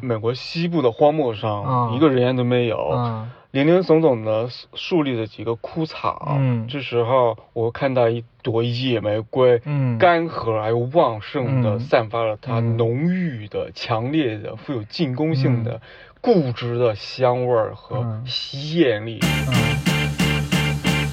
美国西部的荒漠上，嗯一个人烟都没有，嗯林林总总的树立了几个枯草。嗯这时候我看到一朵野玫瑰，嗯干涸而又旺盛的嗯散发了它嗯浓郁的、强烈的、富有进攻性的、固执的香味儿和嗯吸引力。嗯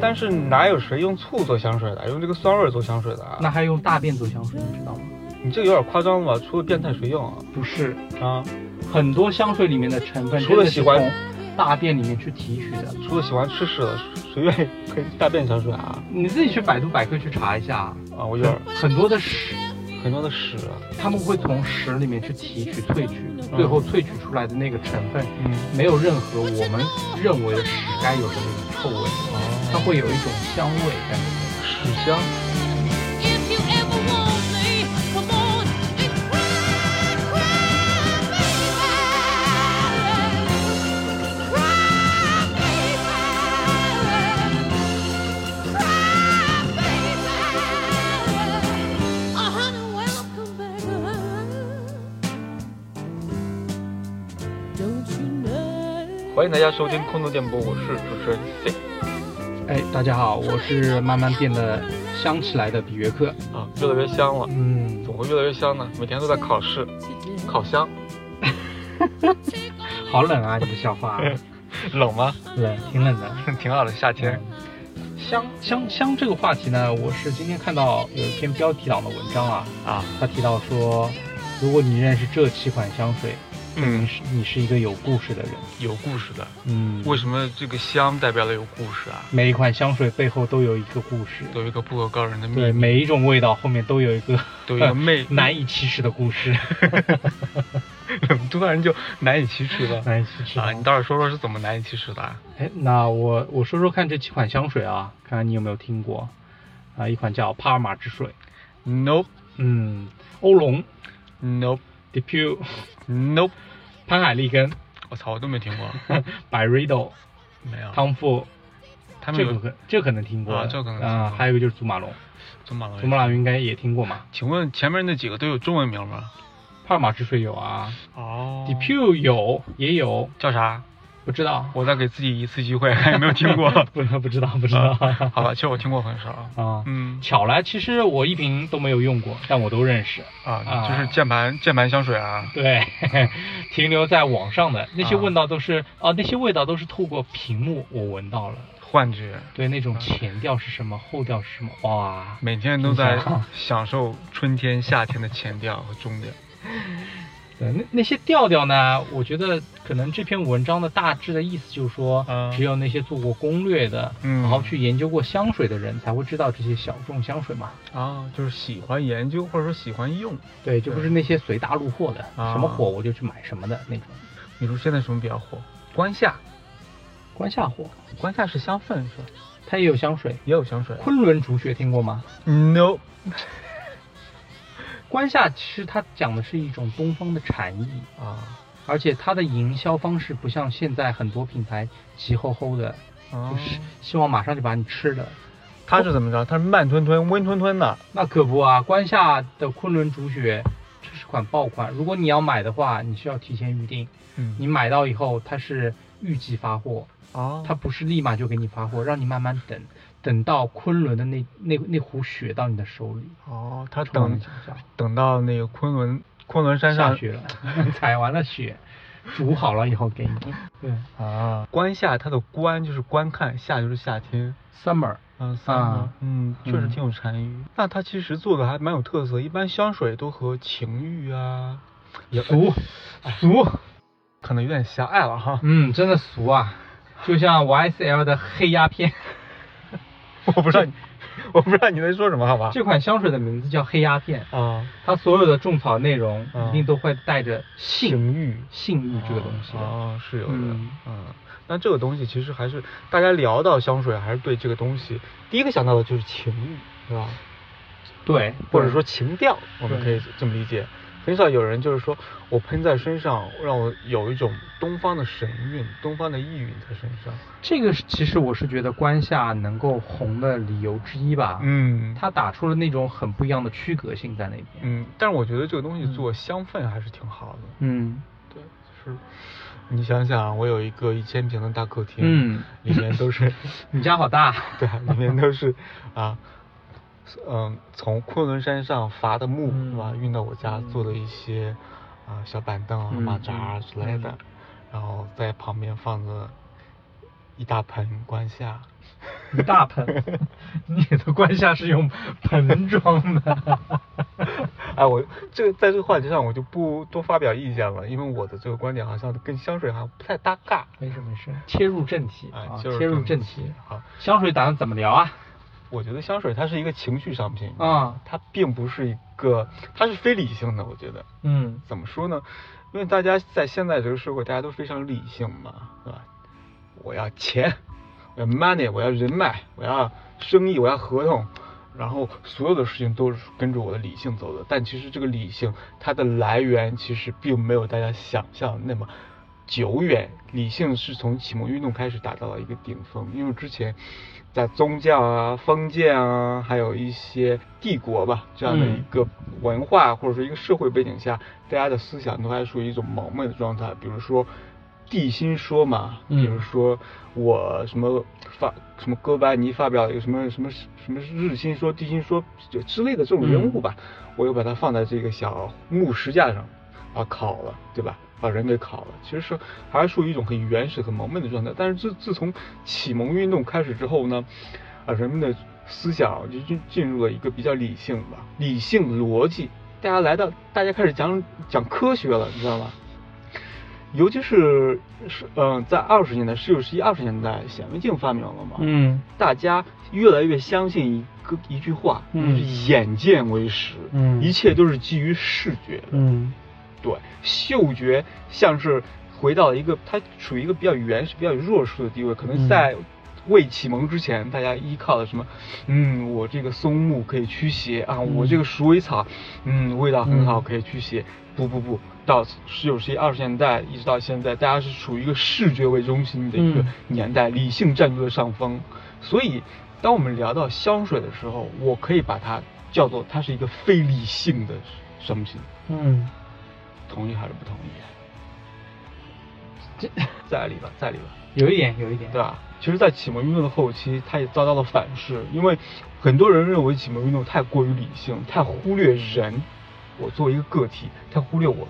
但是哪有谁用醋做香水的？用这个酸味儿做香水的啊？那还用大便做香水，你知道吗？你这个有点夸张了吧？除了变态谁用啊？不是，啊，很多香水里面的成分除了真的是喜欢从大便里面去提取的。除了喜欢吃屎的，谁愿意喷大便香水啊？你自己去百度百科去查一下，啊，我有点很多的屎，很多的屎啊。他们会从屎里面去提取、萃取，最后萃取出来的那个成分，嗯，没有任何我们认为的屎该有的那种臭味，它哦，会有一种香味在里面。屎香。 If you ever want me, come on and cry, cry, baby. Cry, baby. Cry, baby. Oh, honey, welcome back. Don't you know? 欢迎大家收听空中电波，我是主持人 C 哎，大家好，我是慢慢变得香起来的比约克。啊，越来越香了，嗯，怎么会越来越香呢？每天都在考试，烤箱，好冷啊，你的笑话，冷吗？冷，挺冷的。挺好的，夏天。香香香这个话题呢，我是今天看到有一篇标题党的文章啊，啊，他提到说，如果你认识这七款香水，你嗯，是你是一个有故事的人。有故事的。嗯为什么这个香代表了有故事啊？每一款香水背后都有一个故事，有一个不可告人的秘对，密，每一种味道后面都有一个有一个 魅，难以启齿的故事，突然就难以启齿 了。难以启齿啊，你倒是说说是怎么难以启齿的啊？哎，那我我说说看这七款香水啊，看看你有没有听过啊？一款叫帕尔玛之水， Nope, 嗯，欧龙 nope, d e p u nope，潘海利根、我操，我都没听过，百瑞朵、没有。汤富，啊他们这个有可这可能听过啊这可能听过哦啊，还有一个就是祖马龙，祖马龙祖马龙应该也听过嘛？请问前面那几个都有中文名吗？帕尔玛之水有啊哦 d e p u 有也有，叫啥？不知道，我再给自己一次机会，看有没有听过。 不不知道不知道好吧，其实我听过很少。啊。啊嗯巧来，其实我一瓶都没有用过，但我都认识。啊，啊就是键盘键盘香水啊。对， 停留在网上的那些啊味道都是啊那些味道都是透过屏幕我闻到了。幻觉，对，那种前调是什么，后调是什么，哇，每天都在听起来 享受春天、夏天的前调和中调。对，那那些调调呢？我觉得可能这篇文章的大致的意思就是说，嗯只有那些做过攻略的，嗯然后去研究过香水的人才会知道这些小众香水嘛。啊，就是喜欢研究或者说喜欢用。对，就不是那些随大路货的，啊什么火我就去买什么的那种。你说现在什么比较火？关夏，关夏火，关夏是香氛是吧？它也有香水。也有香水。啊昆仑竹穴听过吗？ No，关夏其实它讲的是一种东方的禅意，啊，而且它的营销方式不像现在很多品牌急吼吼的，哦就是希望马上就把你吃了。他是怎么着？他是慢吞吞、温吞吞的。那可不啊，关夏的昆仑竹雪，这是款爆款。如果你要买的话，你需要提前预定。嗯，你买到以后，它是预计发货，哦它不是立马就给你发货，让你慢慢等，等到昆仑的那那那壶雪到你的手里。哦，他冲你等想象等到那个昆仑昆仑山下上雪了， 踩完了雪，煮好了以后给你。对啊，关夏它的关就是观看，夏就是夏天。 ，summer 嗯，三个啊嗯，确实嗯挺有禅意。那它其实做的还蛮有特色，一般香水都和情欲啊，也俗俗，可能有点狭隘了哈。嗯，真的俗啊，就像 YSL 的黑鸦片。 我不知道你， 我不知道你在说什么，好吧？这款香水的名字叫黑鸦片，啊，它所有的种草内容啊一定都会带着性、情欲性欲这个东西的。哦，是有的，嗯嗯。那这个东西其实还是大家聊到香水，还是对这个东西第一个想到的就是情欲，是吧？对，或者对说情调，我们可以这么理解。很少有人就是说我喷在身上，让我有一种东方的神韵、东方的意蕴在身上。这个是其实我是觉得关夏能够红的理由之一吧。，嗯，他打出了那种很不一样的区隔性在那边。嗯，但是我觉得这个东西做香氛还是挺好的。嗯对，就是你想想，啊我有一个一千平的大客厅，嗯里面都是， 你家好大。对啊，里面都是啊，嗯，从昆仑山上伐的木嗯是吧，运到我家嗯做的一些啊小板凳啊、嗯马扎儿之类的嗯，然后在旁边放着一大盆关夏。一大盆，你的关夏是用盆装的。 哎，我这个在这个话题上我就不多发表意见了，因为我的这个观点好像跟香水好像不太搭嘎。没事没事，切入正题哎啊，切入切入正正题题好。香水打算怎么聊啊？我觉得香水它是一个情绪商品啊它并不是一个，它是非理性的。我觉得嗯怎么说呢？因为大家在现在这个社会，大家都非常理性嘛，对吧？我要钱，我要 money，我要人脉，我要生意，我要合同，然后所有的事情都是跟着我的理性走的。但其实这个理性，它的来源其实并没有大家想象的那么久远。理性是从启蒙运动开始达到了一个顶峰，因为之前在宗教啊、封建啊，还有一些帝国吧这样的嗯一个文化、或者说一个社会背景下，大家的思想都还属于一种蒙昧的状态，比如说。地心说嘛，比如嗯说我什么发什么哥白尼发表了一个什么什么什么日心说、地心说就之类的这种人嗯物吧，我又把它放在这个小木石架上，啊烤了，对吧？把人给烤了，其实是还是属于一种很原始、很蒙昧的状态。但是自自从启蒙运动开始之后呢，啊，人们的思想就进进入了一个比较理性吧，理性逻辑，大家来到，大家开始讲讲科学了，你知道吗？尤其是是嗯、在二十年代，十九世纪二十年代，显微镜发明了嘛，嗯大家越来越相信一个一句话，嗯就是眼见为实，嗯一切都是基于视觉的，嗯对，嗅觉像是回到了一个它处于一个比较原始、比较弱势的地位，可能嗯在未启蒙之前，大家依靠的什么，嗯，我这个松木可以驱邪啊，我这个鼠尾草，嗯，味道很好，嗯可以驱邪。不不不，到十九世纪二十年代一直到现在，大家是处于一个视觉为中心的一个嗯年代，理性占据了上风。所以，当我们聊到香水的时候，我可以把它叫做它是一个非理性的商品。嗯，同意还是不同意？这 在理吧，在理吧，有一点有一点。对吧？其实，在启蒙运动的后期，它也遭到了反噬，因为很多人认为启蒙运动太过于理性，太忽略人，我作为一个个体，太忽略我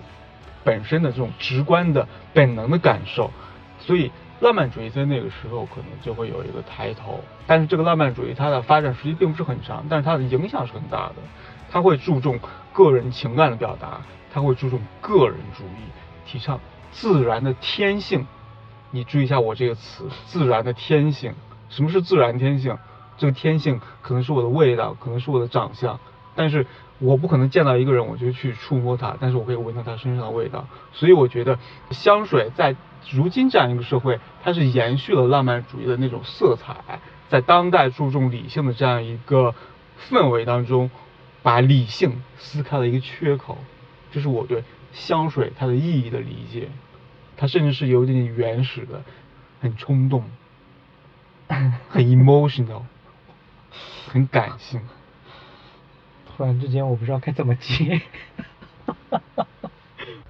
本身的这种直观的本能的感受，所以浪漫主义在那个时候可能就会有一个抬头。但是这个浪漫主义它的发展时期并不是很长，但是它的影响是很大的。它会注重个人情感的表达，它会注重个人主义，提倡自然的天性。你注意一下我这个词“自然的天性”，什么是自然天性？这个天性可能是我的味道，可能是我的长相，但是我不可能见到一个人我就去触摸他，但是我可以闻到他身上的味道。所以我觉得香水在如今这样一个社会，它是延续了浪漫主义的那种色彩，在当代注重理性的这样一个氛围当中，把理性撕开了一个缺口。这是我对香水它的意义的理解，它甚至是有点原始的，很冲动，很 emotional，很感性。 突然之间我不知道该怎么接。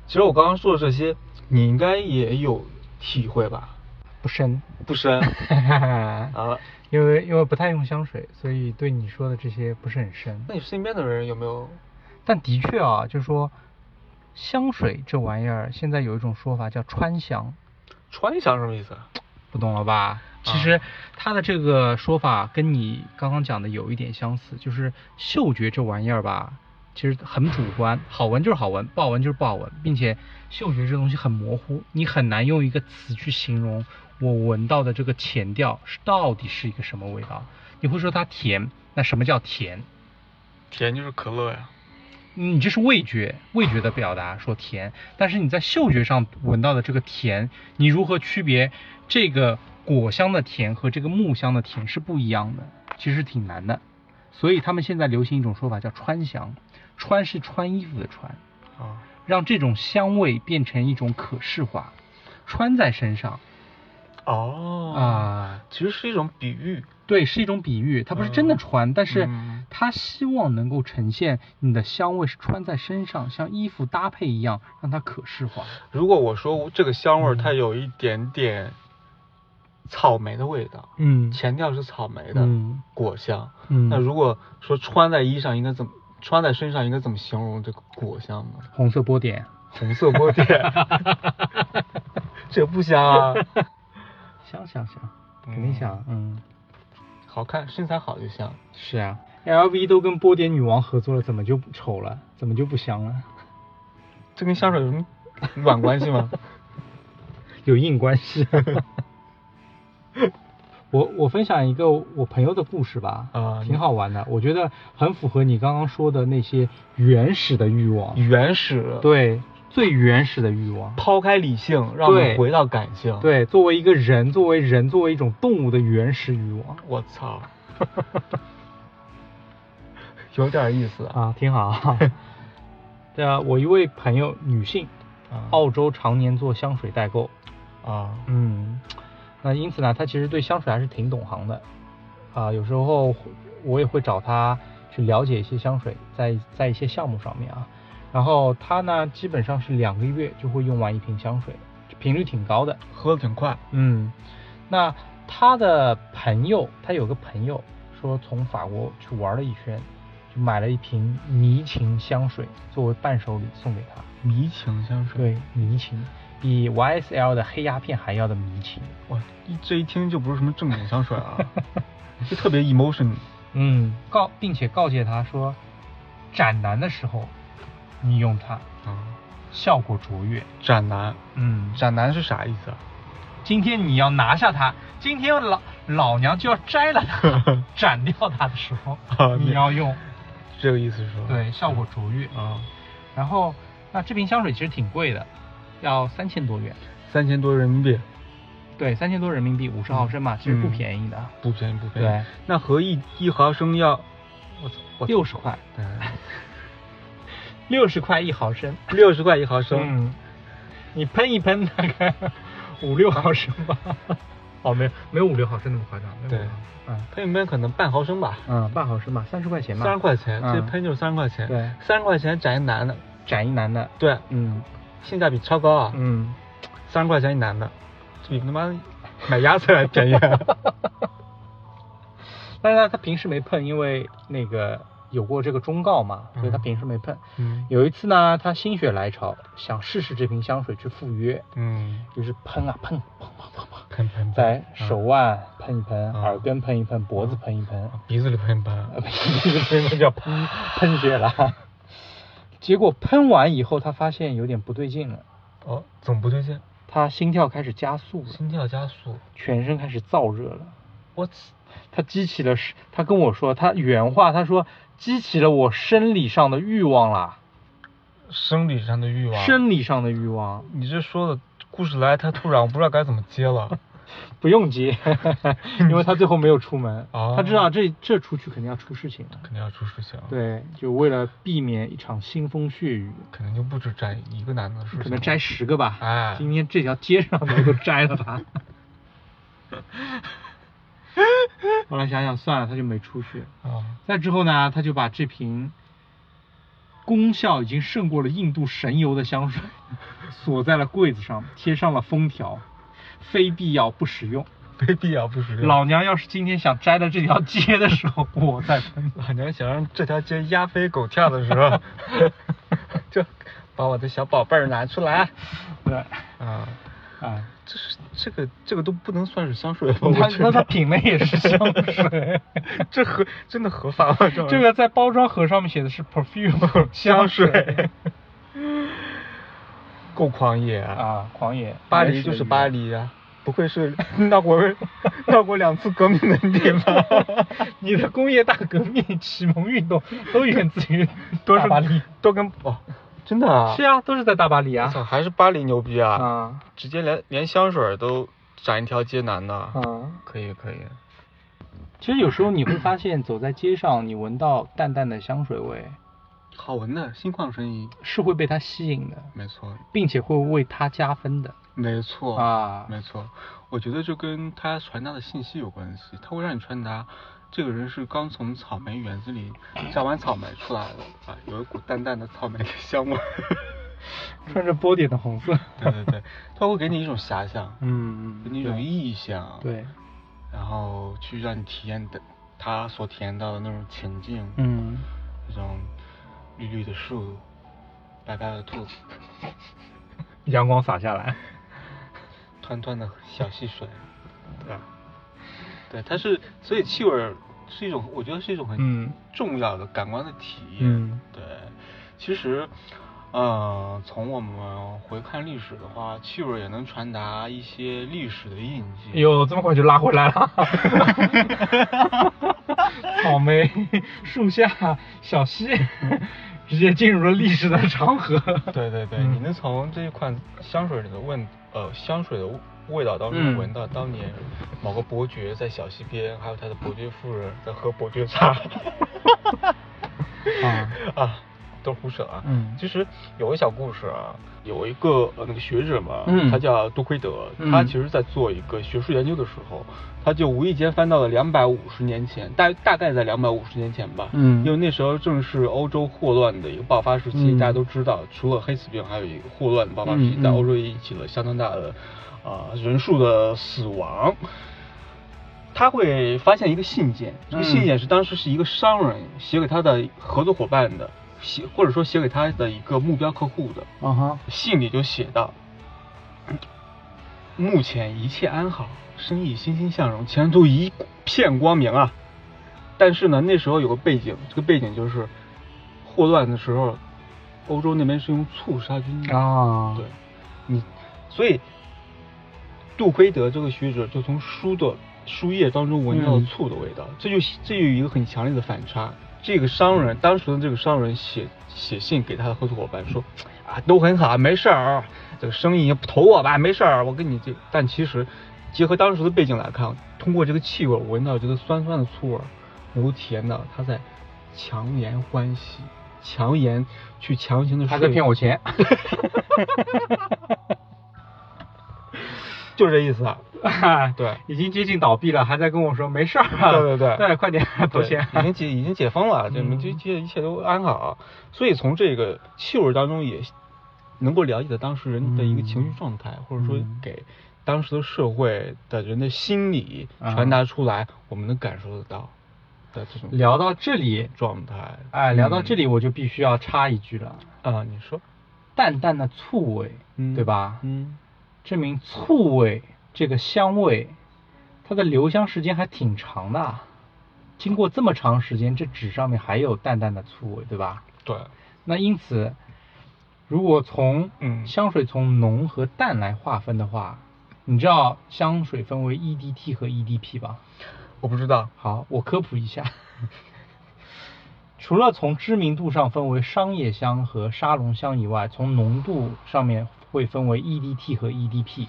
其实我刚刚说的这些，你应该也有体会吧？不深。不深 啊，啊？因为因为不太用香水，所以对你说的这些不是很深。那你身边的人有没有？但的确啊，就是说，香水这玩意儿现在有一种说法叫川香，穿香什么意思啊？不懂了吧？其啊实它的这个说法跟你刚刚讲的有一点相似，就是嗅觉这玩意儿吧，其实很主观，好闻就是好闻，不好闻就是不好闻，并且嗅觉这东西很模糊，你很难用一个词去形容我闻到的这个前调是到底是一个什么味道。你会说它甜，那什么叫甜？甜就是可乐呀。你这是味觉，味觉的表达说甜，但是你在嗅觉上闻到的这个甜，你如何区别这个果香的甜和这个木香的甜是不一样的，其实挺难的。所以他们现在流行一种说法叫穿香，穿是穿衣服的穿，啊，让这种香味变成一种可视化，穿在身上哦啊、，其实是一种比喻，对，是一种比喻，它不是真的穿，但是嗯它希望能够呈现你的香味是穿在身上，像衣服搭配一样，让它可视化。如果我说这个香味嗯儿它有一点点草莓的味道，嗯前调是草莓的嗯果香，嗯，那如果说穿在衣上应该怎么穿在身上应该怎么形容这个果香呢？红色波点，红色波 点，这不香啊！想想想， 肯定哦想，嗯，好看，身材好就香。是啊，LV 都跟波点女王合作了，怎么就丑了？怎么就不香了？ 这跟香水有什么软关系吗？有硬关系。 我我分享一个我朋友的故事吧，啊挺好玩的，我觉得很符合你刚刚说的那些原始的欲望，原始，，对，最原始的欲望。抛开理性，让我对们回到感性。，对，作为一个人，作为人，作为一种动物的原始欲望我操，有点意思啊！啊，挺好啊。 对啊，我一位朋友，女性，啊澳洲常年做香水代购，啊，嗯，那因此呢，他其实对香水还是挺懂行的，啊、有时候我也会找他去了解一些香水，在在一些项目上面啊，然后他呢基本上是两个月就会用完一瓶香水，频率挺高的，喝的挺快。嗯，那他的朋友，他有个朋友说从法国去玩了一圈，就买了一瓶迷情香水作为伴手礼送给他，迷情香水，对，迷情。比 YSL 的黑鸦片还要的迷情，哇，一这一听就不是什么正经香水 啊，就特别 emotion。嗯，告并且告诫他说，斩男的时候你用它，啊，效果卓越。斩男，嗯，斩男是啥意思啊？今天你要拿下它，今天老老娘就要摘了 它，斩掉它的时候啊哦你要用，这个意思是吧？对，效果卓越。啊，然后，那这瓶香水其实挺贵的，要三千多元，三千多人民币，对，三千多人民币，五十毫升嘛，其实不嗯便宜的，不便宜不便宜。对，那合一一毫升要，我操，我六十块，六十块一毫升。六十块一毫升，嗯，你喷一喷大概五六毫升吧。哦，没有没有五六毫升那么夸张。没有对五六毫升，嗯喷一喷可能半毫升吧，嗯，半毫升吧，三十块钱吧。三十块钱，嗯这喷就是三十块钱，对三十块钱斩一男的，斩一男的。对，嗯性价比超高啊，嗯，三十块钱一男的，这比他妈买鸭子还便宜。啊 但是呢，他平时没碰，因为那个有过这个忠告嘛，所以他嗯平时没碰。嗯有一次呢，他心血来潮，想试试这瓶香水去赴约，嗯，于是喷啊喷，砰砰砰砰，喷喷喷在嗯手腕喷一喷，啊耳根喷一喷，脖子喷一喷，鼻子里喷喷， 呃，那个叫喷喷血了。结果喷完以后，他发现有点不对劲了，哦，怎么不对劲？他心跳开始加速了，心跳加速，全身开始燥热了。我操，他激起了是，他跟我说，他原话他说激起了我生理上的欲望啦，生理上的欲望。生理上的欲望，你这说的故事来太突然，我不知道该怎么接 了。不用急， 因为他最后没有出门，哦他知道这这出去肯定要出事情了。肯定要出事情了，对，就为了避免一场腥风血雨，肯定就不止摘一个男的事情，可能摘十个吧。哎今天这条街上能够摘了吧？ 后来想想算了，他就没出去。啊，再之后呢，他就把这瓶功效已经胜过了印度神油的香水 锁在了柜子上，贴上了封条，非必要不使用。没必要不使用。老娘要是今天想摘了这条街的时候，我再 喷。老娘想让这条街鸭飞狗跳的时 候，就把我的小宝贝儿拿出来对， 啊！啊，这是这个这个都不能算是香 水吧？我那觉那它得品类也是香水。 这合真的合法吗？这玩意儿这个在包装盒上面写的是 perfume 香水水够狂野！啊，狂野，巴黎就是巴，黎啊，不愧是 闹过闹过两次革命的地方， 你的工业大革命、启蒙运动都源自于 都大是巴黎，啊都跟哦，真的啊，是啊，都是在大巴黎我啊，操，还是巴黎牛逼啊！啊直接连连香水都展一条街男的，啊，可以可以。其实有时候你会发现，走在街上，你闻到淡淡的香水味，好闻的心旷神怡，是会被它吸引的，没错，并且会为它加分的没错，啊。没错，我觉得这跟他传达的信息有关系，他会让你传达这个人是刚从草莓园子里 摘完草莓出来的啊，有一股淡淡的草莓的香味儿。 穿着波点的红色，对对对，他会给你一种遐想，嗯给你一种意啊象，，对，然后去让你体验的他所体验到的那种情境，，嗯，那种绿绿的树，白白的兔子，阳光洒下来，湍湍的小溪水，对吧？对，它是所以气味儿是一种，我觉得是一种很嗯重要的感官的体验。嗯对，其实，呃，从我们回看历史的话，气味儿也能传达一些历史的印记。哟，这么快就拉回来 了，草莓树下小溪，直接进入了历史的长河。对对对，嗯你能从这一款香水里的味，呃，香水的味道当嗯中闻到当年某个伯爵在小溪边，还有他的伯爵夫人在喝伯爵茶。 啊， 啊，都是胡扯啊。嗯其实有个小故事啊，有一个呃那个学者嘛，嗯他叫杜奎德，嗯他其实在做一个学术研究的时候，他就无意间翻到了两百五十年前，大大概在两百五十年前吧。嗯因为那时候正是欧洲霍乱的一个爆发时期，嗯大家都知道，除了黑死病，还有一个霍乱的爆发时期，嗯在嗯欧洲也引起了相当大的啊、人数的死亡。他会发现一个信件，这嗯个信件是当时是一个商人写给他的合作伙伴的，写或者说写给他的一个目标客户的。啊哈，信里就写到：目前一切安好，生意欣欣向荣，前途一片光明啊！但是呢，那时候有个背景，这个背景就是霍乱的时候，欧洲那边是用醋杀菌的啊，对，你，所以杜奎德这个学者就从书的书页当中闻到了嗯醋的味道，这就这就有一个很强烈的反差。这个商人当时的这个商人写写信给他的合作伙伴说，啊，都很好，没事儿，啊这个生意投我吧，没事儿，啊我跟你这。但其实，结合当时的背景来看，通过这个气味，我闻到这个酸酸的醋味儿，能够体验到他在强颜欢喜，强颜去强行的他在骗我钱。 就是这意思啊。 对， 已经接近倒闭了，还在跟我说没事儿啊，对对对对，快点投对，钱。已经解已经解封 了，这嗯这这一切都安好，所以从这个气味当中也能够了解到当事人的一个情绪状态，或者说嗯给当时的社会的人的心理啊传达出来，我们能感受得到的这种聊到这里，状态。哎，聊到嗯这里我就必须要插一句了，啊，你说，淡淡的醋味，嗯对吧？嗯，证明醋味这个香味，它的留香时间还挺长的啊。经过这么长时间，这纸上面还有淡淡的醋味，对吧？对，那因此，如果从嗯香水从浓和淡来划分的话，你知道香水分为 EDT 和 EDP 吧？我不知道，啊好，我科普一下。 除了从知名度上分为商业香和沙龙香以外，从浓度上面会分为 EDT 和 E EDP。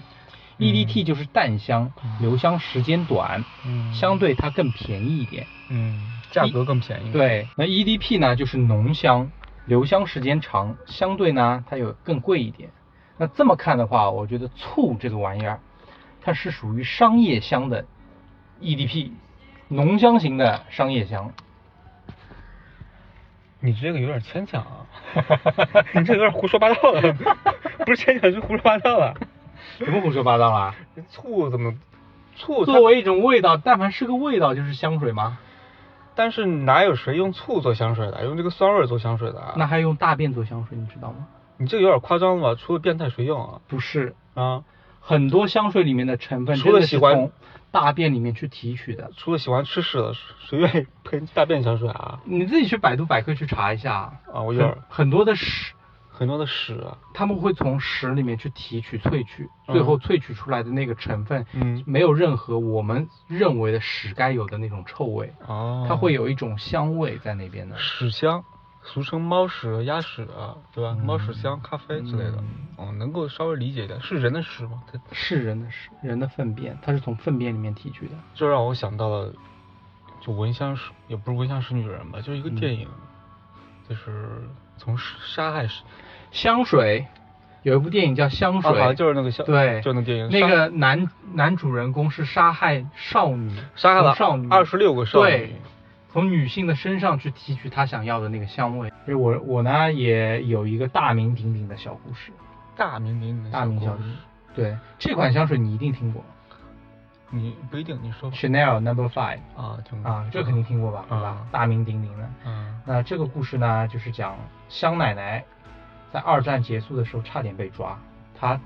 EDT E 就是淡香，留香时间短，嗯相对它更便宜一点。嗯，价格更便宜，，对，那 EDP 呢就是浓香，留香时间长，相对呢它有更贵一点。那这么看的话，我觉得醋这个玩意儿，它是属于商业香的 EDP，浓香型的商业香。你这个有点牵强 啊，你这有点胡说八道 了，不是牵强是胡说八道了。什么胡说八道啦？醋怎么醋它？作为一种味道，但凡是个味道，就是香水吗？但是哪有谁用醋做香水的？用这个酸味儿做香水的啊？那还用大便做香水，你知道吗？你这个有点夸张了吧？除了变态谁用啊？不是，啊，很多香水里面的成分除真了的喜是欢从大便里面去提取的。除了喜欢吃屎的，谁谁愿意喷大便香水啊？你自己去百度百科去查一下啊啊，我有点很很多的屎，很多的屎啊，他们会从屎里面去提取、萃取，最后嗯萃取出来的那个成分，嗯没有任何我们认为的屎该有的那种臭味，哦，它会有一种香味在那边的。屎香，俗称猫屎、鸭屎啊，对吧？猫屎香、咖啡之类的，哦，能够稍微理解一点，是人的屎吗？它是人的屎，人的粪便，它是从粪便里面提取的。这让我想到了就闻香识也不是闻香识女人吧，就是一嗯个电影，就是从杀杀害是香水，有一部电影叫《香水》，啊好像就是那个香对，就是那个电影那杀个男男主人公是杀害少女，杀害从了少女26个少女对，从女性的身上去提取她想要的那个香味。所以我我呢也有一个大名鼎鼎的小故事，大名鼎鼎的大名故小事故事。对，这款香水你一定听过你不一定你说吧，Chanel Number Five 啊，听过啊，这肯定听过吧，对吧啊？大名鼎鼎的。嗯那这个故事呢，就是讲香奶奶在二战结束的时候差点被抓，她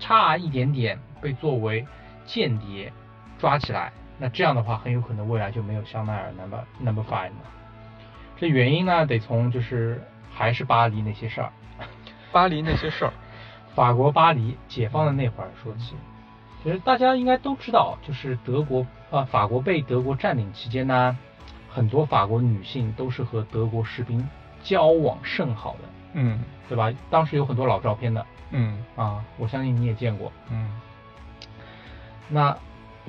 差一点点被作为间谍抓起来。那这样的话，很有可能未来就没有香奈儿 number number five 了。这原因呢，得从就是还是巴黎那些事儿，巴黎那些 事儿，法国巴黎解放的那会儿说起。其实大家应该都知道，就是德国啊、法国被德国占领期间呢，很多法国女性都是和德国士兵交往甚好的，嗯对吧？当时有很多老照片的嗯啊，我相信你也见过。嗯那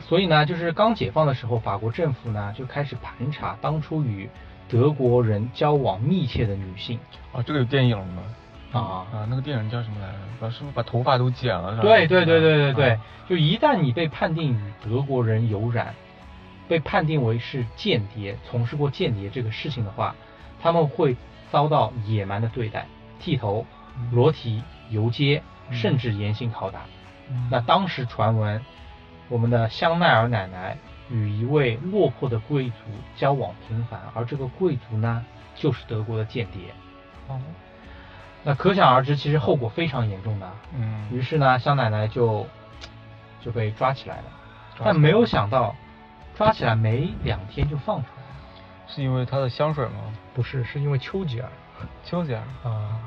所以呢，就是刚解放的时候，法国政府呢就开始盘查当初与德国人交往密切的女性啊，这个有电影吗？啊。啊，那个电影叫什么来着？把是不是把头发都剪了？是吧对对对对对对，啊就一旦你被判定与德国人有染，被判定为是间谍，从事过间谍这个事情的话，他们会遭到野蛮的对待，剃头、裸体、游街，嗯甚至严刑拷打。嗯那当时传闻，我们的香奈儿奶奶与一位落魄的贵族交往频繁，而这个贵族呢，就是德国的间谍。哦，那可想而知，其实后果非常严重的。啊嗯，于是呢，香奶奶就就被抓起来了，抓起来但没有想到，抓起来没两天就放出来了。是因为它的香水吗？不是，是因为丘吉尔丘吉尔，啊，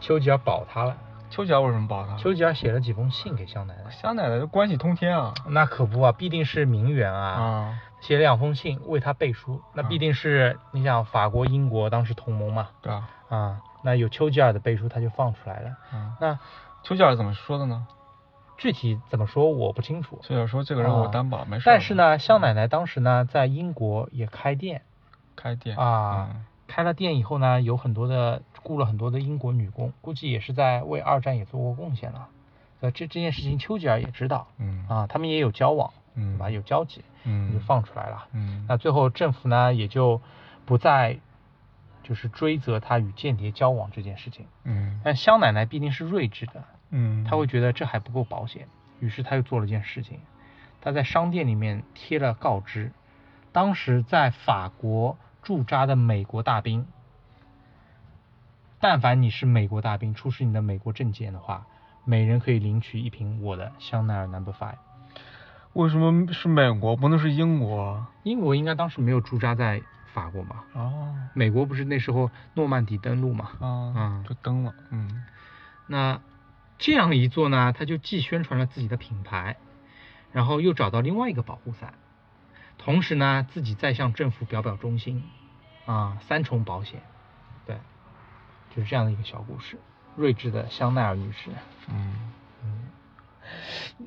丘吉尔保他了。丘吉尔为什么保他？丘吉尔写了几封信给香奶奶，香奶奶的关系通天啊那可不啊，必定是名媛啊。啊，写两封信为他背书，那必定是你想法国、英国当时同盟嘛，对啊，啊，那有丘吉尔的背书，他就放出来了。啊，那丘吉尔怎么说的呢？具体怎么说我不清楚，丘吉尔说这个人我啊担保，没事。但是，呢，香奶奶当时呢在英国也开店开店啊，嗯开了店以后呢，有很多的雇了很多的英国女工，估计也是在为二战也做过贡献了。呃，这这件事情丘吉尔也知道嗯啊，他们也有交往，对嗯吧？有交集，嗯就放出来了。嗯那最后政府呢也就不再就是追责他与间谍交往这件事情。嗯但香奶奶必定是睿智的，嗯，他会觉得这还不够保险，于是他又做了件事情，他在商店里面贴了告知，当时在法国驻扎的美国大兵，但凡你是美国大兵，出示你的美国证件的话，每人可以领取一瓶我的香奈儿 Number Five。为什么是美国，不能是英国？英国应该当时没有驻扎在法国嘛，哦美国不是那时候诺曼底登陆嘛，啊嗯，就登了，嗯那这样一做呢，他就既宣传了自己的品牌，然后又找到另外一个保护伞，同时呢，自己再向政府表表忠心，啊，三重保险，对，就是这样的一个小故事，睿智的香奈儿女士。嗯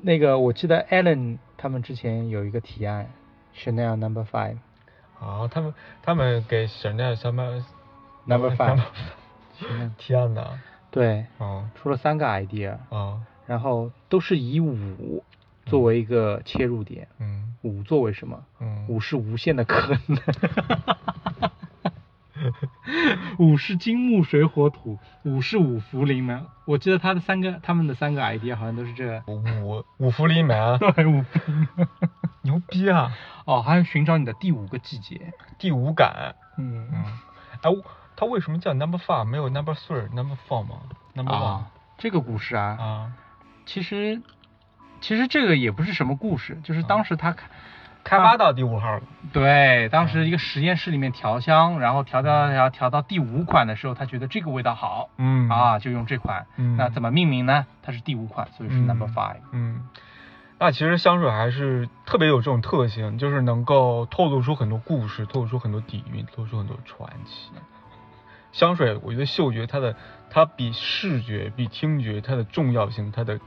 那个我记得 Allen 他们之前有一个提案，Chanel Number Five。啊，他们他们给神奈什么 Number five 天哪！ 对，哦出了三个 idea，哦，然后都是以五作为一个切入点，嗯五作为什么？嗯，五是无限的可能。 五是金木水火土，五是五福临门。我记得他的三个，他们的三个 idea 好像都是这个。五五福临门，对，五福临门。牛逼啊！哦，还有寻找你的第五个季节。第五感，嗯嗯，哎，我他为什么叫 number five 没有 number three、number four 吗？number one 啊，这个故事啊，啊，其实其实这个也不是什么故事，就是当时他看。开发到第五号了，对，当时一个实验室里面调香，然后调调调调到第五款的时候，他觉得这个味道好，嗯啊，就用这款。嗯那怎么命名呢？它是第五款，所以是 number five。嗯。那其实香水还是特别有这种特性，就是能够透露出很多故事，透露出很多底蕴，透露出很多传奇。香水，我觉得嗅觉它的它比视觉、比听觉它的重要性，它的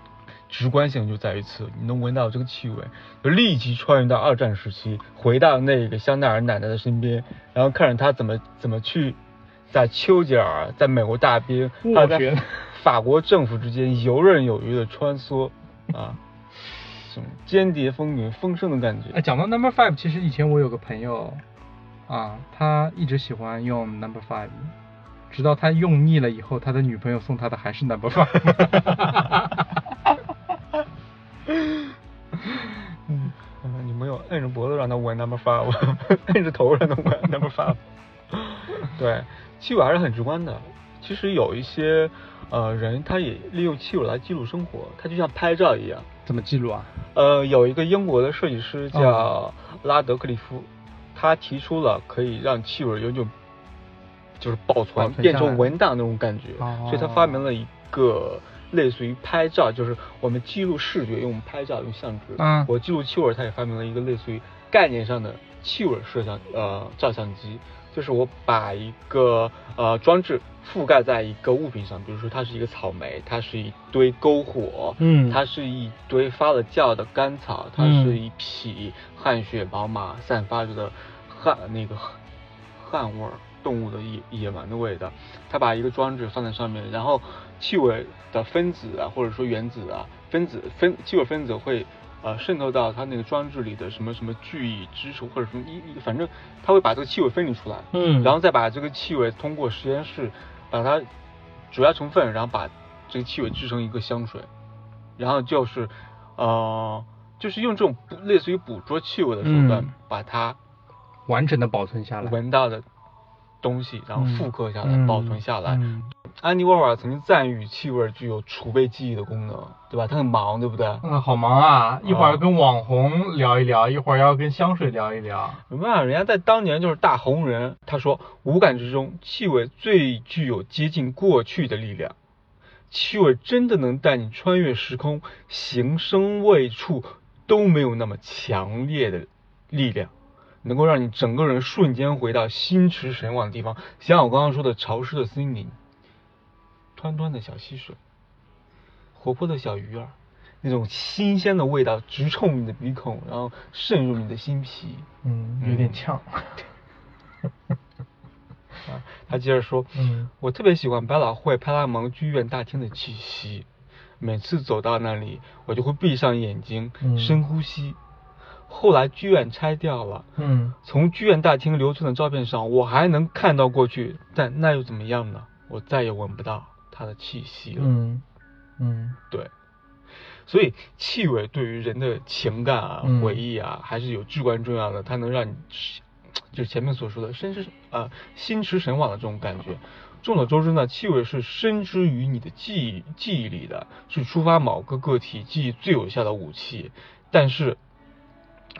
直观性就在于此，你能闻到这个气味，就立即穿越到二战时期，回到那个香奈儿奶奶的身边，然后看着她怎么怎么去在丘吉尔、在美国大兵、斡还有在旋法国政府之间游刃有余的穿梭啊，这种间谍风云风声的感觉。哎，讲到 Number Five，其实以前我有个朋友，啊，他一直喜欢用 Number Five，直到他用腻了以后，他的女朋友送他的还是 Number Five。嗯你们有摁着脖子让他闻 number five，摁 着头让他闻 number five。对，气味还是很直观的。其实有一些呃人，他也利用气味来记录生活，他就像拍照一样。怎么记录啊？呃，有一个英国的设计师哦叫拉德克利夫，他提出了可以让气味有一种就是保保存存变下来成文档那种感觉，哦所以他发明了一个类似于拍照，就是我们记录视觉用拍照用相纸，嗯我记录气味，他也发明了一个类似于概念上的气味摄像呃照相机。就是我把一个呃装置覆盖在一个物品上，比如说它是一个草莓，它是一堆篝火，嗯它是一堆发了酵的干草，它嗯是一匹汗血宝马散发着的汗那个汗汗味儿，动物的野野蛮的味道。它把一个装置放在上面，然后气味的分子啊，或者说原子啊，分子分气味分子会呃渗透到它那个装置里的什么什么聚乙支数或者什么一一反正它会把这个气味分离出来，嗯然后再把这个气味通过实验室把它主要成分，然后把这个气味制成一个香水，然后就是呃就是用这种捕类似于捕捉气味的手段、嗯把它完整的保存下来。闻到的东西，然后嗯复刻下来、嗯保存下来。嗯安妮沃尔曾经赞誉气味具有储备记忆的功能，对吧？他很忙，对不对？啊，好忙啊！一会儿啊跟网红聊一聊，一会儿要跟香水聊一聊。没办法，人家在当年就是大红人。他说，五感之中，气味最具有接近过去的力量。气味真的能带你穿越时空，形声味触都没有那么强烈的力量，能够让你整个人瞬间回到心驰神往的地方。像我刚刚说的，潮湿的森林，湍湍的小溪水，活泼的小鱼儿，那种新鲜的味道直冲你的鼻孔，然后渗入你的心脾。嗯有点呛。啊，他接着说，嗯我特别喜欢百老汇派拉蒙剧院大厅的气息，每次走到那里，我就会闭上眼睛，嗯深呼吸。后来剧院拆掉了，嗯从剧院大厅留存的照片上，我还能看到过去，但那又怎么样呢？我再也闻不到它的气息了。嗯嗯对，所以气味对于人的情感啊、嗯回忆啊，还是有至关重要的。它能让你，就是前面所说的深思啊、心驰神往的这种感觉。众所周知呢，气味是深植于你的记忆记忆里的，是触发某个个体记忆最有效的武器。但是，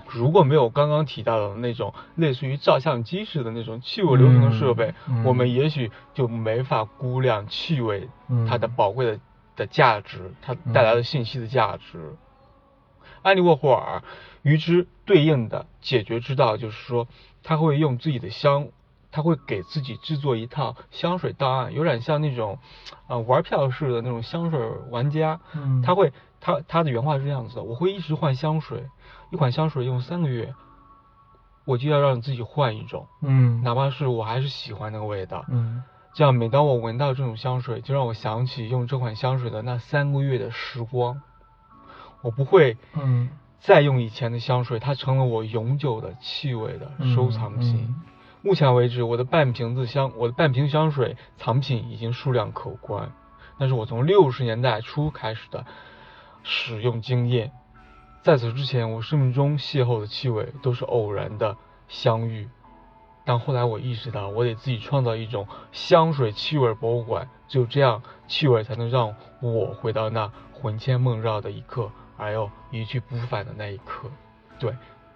如果没有刚刚提到的那种类似于照相机似的那种气味流程的设备，嗯嗯我们也许就没法估量气味嗯它的宝贵的的价值，它带来的信息的价值。安妮沃霍尔与之对应的解决之道就是说，他会用自己的香，他会给自己制作一套香水档案，有点像那种，呃，玩票似的那种香水玩家。嗯他会，他他的原话是这样子的：我会一直换香水，一款香水用三个月，我就要让自己换一种，嗯哪怕是我还是喜欢那个味道。嗯这样，每当我闻到这种香水，就让我想起用这款香水的那三个月的时光。我不会嗯再用以前的香水，它成了我永久的气味的收藏品。嗯目前为止，我的半瓶子香，我的半瓶香水藏品已经数量可观，那是我从六十年代初开始的使用经验。在此之前，我生命中邂逅的气味都是偶然的相遇，但后来我意识到，我得自己创造一种香水气味博物馆，只有这样，气味才能让我回到那魂牵梦绕的一刻，而又一去不返的那一刻。对，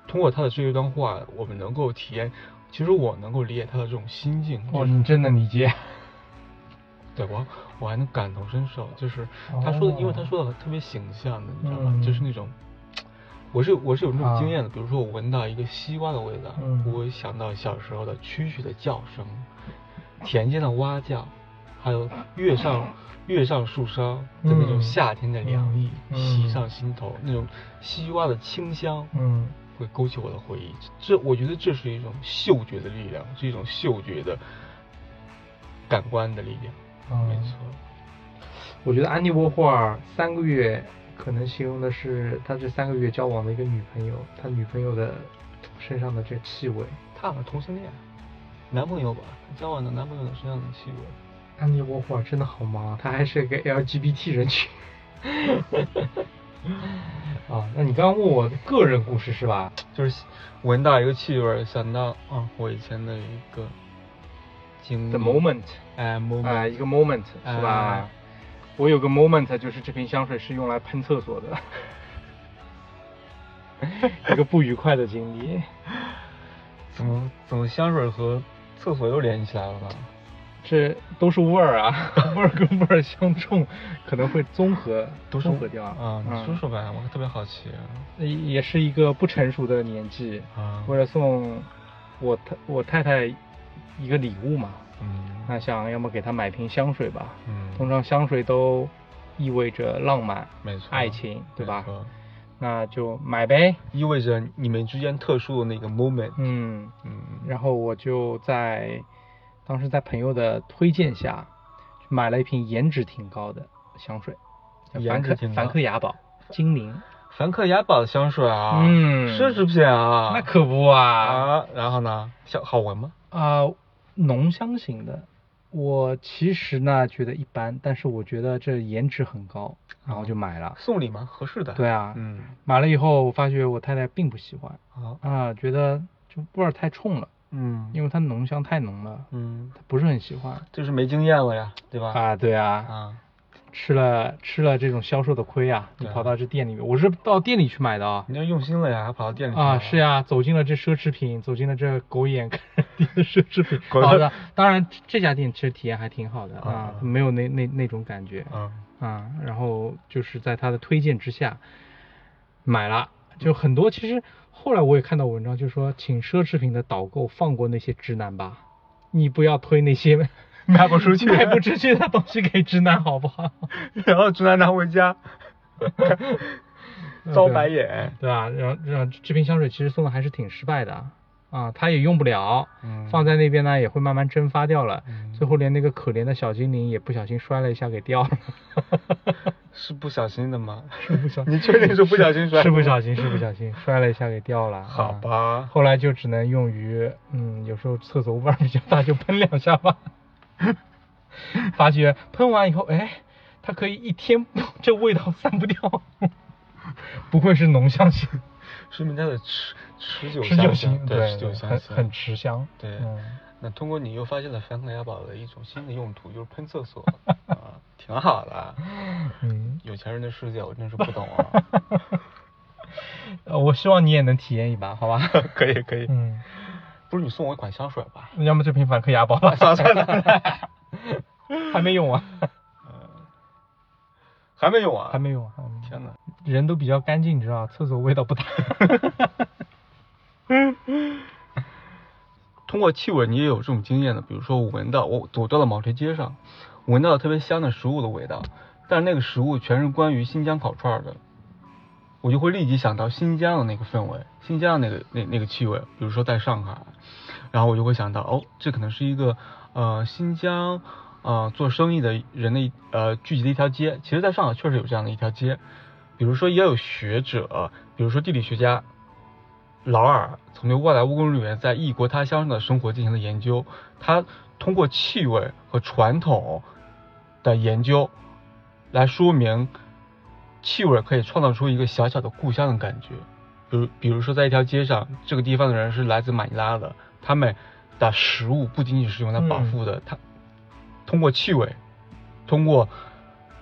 通过他的这一段话，我们能够体验，其实我能够理解他的这种心境，哦，就是你真的理解。对我我还能感同身受，就是他说的，因为他哦说的特别形象的，你知道吗？嗯就是那种。我是我是有这种啊经验的，比如说我闻到一个西瓜的味道，嗯我会想到小时候的蛐蛐的叫声，田间的蛙叫，还有月上月上树梢的那嗯种夏天的凉意嗯嗯袭上心头，那种西瓜的清香， 嗯会勾起我的回忆。这我觉得这是一种嗅觉的力量，是一种嗅觉的感官的力量。嗯没错，我觉得安妮沃霍尔三个月可能形容的是他这三个月交往的一个女朋友，他女朋友的身上的这气味。他好像同性恋，男朋友吧，交往的男朋友身上的气味。安妮沃霍尔真的好忙，啊他还是个 LGBT 人群。 啊，那你刚刚问我个人故事是吧？就是闻到一个气味儿，想到啊，我以前的一个经历嗯 The moment 哎，moment，、啊、一个 moment 哎是吧啊？我有个 moment 就是这瓶香水是用来喷厕所的， 一个不愉快的经历。怎么怎么香水和厕所又联系起来了吧？这都是味儿啊， 味儿跟味儿相冲，可能会综合都是综合掉啊，你说嗯说呗，我特别好奇啊。也是一个不成熟的年纪啊为了送我太我太太一个礼物嘛，嗯那想要么给她买瓶香水吧，嗯通常香水都意味着浪漫，没错爱情，对吧没错？那就买呗，意味着你们之间特殊的那个 moment。嗯，嗯然后我就在当时在朋友的推荐下，买了一瓶颜值挺高的香水，叫颜梵值克挺梵高克雅宝精灵，梵克雅宝的香水啊，嗯奢侈品啊，那可不啊啊。然后呢，香好闻吗？啊、浓香型的。我其实呢觉得一般，但是我觉得这颜值很高，然后就买了。送礼吗？合适的。对啊，嗯，买了以后我发觉我太太并不喜欢好，啊，觉得就味儿太冲了，嗯，因为它浓香太浓了，嗯，她不是很喜欢。就是没经验了呀，对吧？啊，对啊，啊，吃了吃了这种销售的亏啊！你对啊跑到这店里面，我是到店里去买的啊。你要用心了呀，还跑到店里去啊，了是，呀，走进了这奢侈品，走进了这狗 眼看人低的奢侈品。狗好眼的，当然这家店其实体验还挺好的啊，啊没有那那那种感觉嗯， 啊。然后就是在他的推荐之下买了，就很多。其实后来我也看到文章，就说请奢侈品的导购放过那些直男吧，你不要推那些 卖不出去，卖不出去的东西给直男好不好？然后直男拿回 家，遭白眼。对吧？然后然后这瓶香水其实送的还是挺失败的啊啊，他也用不了，嗯放在那边呢也会慢慢蒸发掉了，嗯最后连那个可怜的小精灵也不小心摔了一下给掉了，是不小心的吗？是不小 你确定是不小心摔的吗是不小心， 是不小心摔了一下给掉了，好啊吧后来就只能用于，嗯，有时候厕所味儿比较大，就喷两下吧。 发觉喷完以后，哎，它可以一天 这味道散不掉， 不愧是浓香型。说明他的持持久持久香型，香，对，持久香很香很持香，对嗯，那通过你又发现了梵克雅宝的一种新的用途，就是喷厕所啊，挺好的。嗯，有钱人的世界我真是不懂啊。 呃我希望你也能体验一把， 好吧？ 可以可以，嗯，不是你送我一款香水吧？要么就平凡克雅宝吧，啊算了算了， 还没用完，啊还没有啊？还没用完，嗯天哪！人都比较干净，你知道，厕所味道不大。通过气味，你也有这种经验的。比如说，我闻到我走到了某条街上，闻到了特别香的食物的味道，但那个食物全是关于新疆烤串儿的，我就会立即想到新疆的那个氛围，新疆的那个那那个气味。比如说在上海，然后我就会想到，哦，这可能是一个呃新疆呃做生意的人的一呃聚集的一条街。其实，在上海确实有这样的一条街，比如说也有学者，比如说地理学家劳尔曾对外来务工人员在异国他乡的生活进行了研究，他通过气味和传统的研究来说明，气味可以创造出一个小小的故乡的感觉。比如，比如说在一条街上，这个地方的人是来自马尼拉的，他们的食物不仅仅是用来饱腹的，他通过气味，通过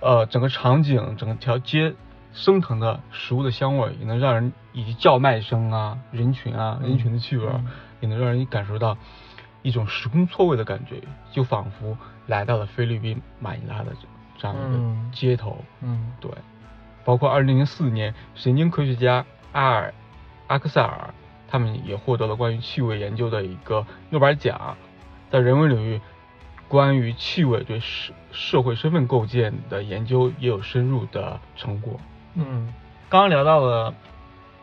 呃整个场景、整个条街升腾的食物的香味，也能让人以及叫卖声啊、人群啊、人群的气味，也能让人感受到一种时空错位的感觉，就仿佛来到了菲律宾马尼拉的这这样一嗯个街头。 嗯对，包括2004年，神经科学家阿尔阿克塞尔，他们也获得了关于气味研究的一个诺贝尔奖。在人文领域，关于气味对社社会身份构建的研究也有深入的成果。嗯，刚刚聊到了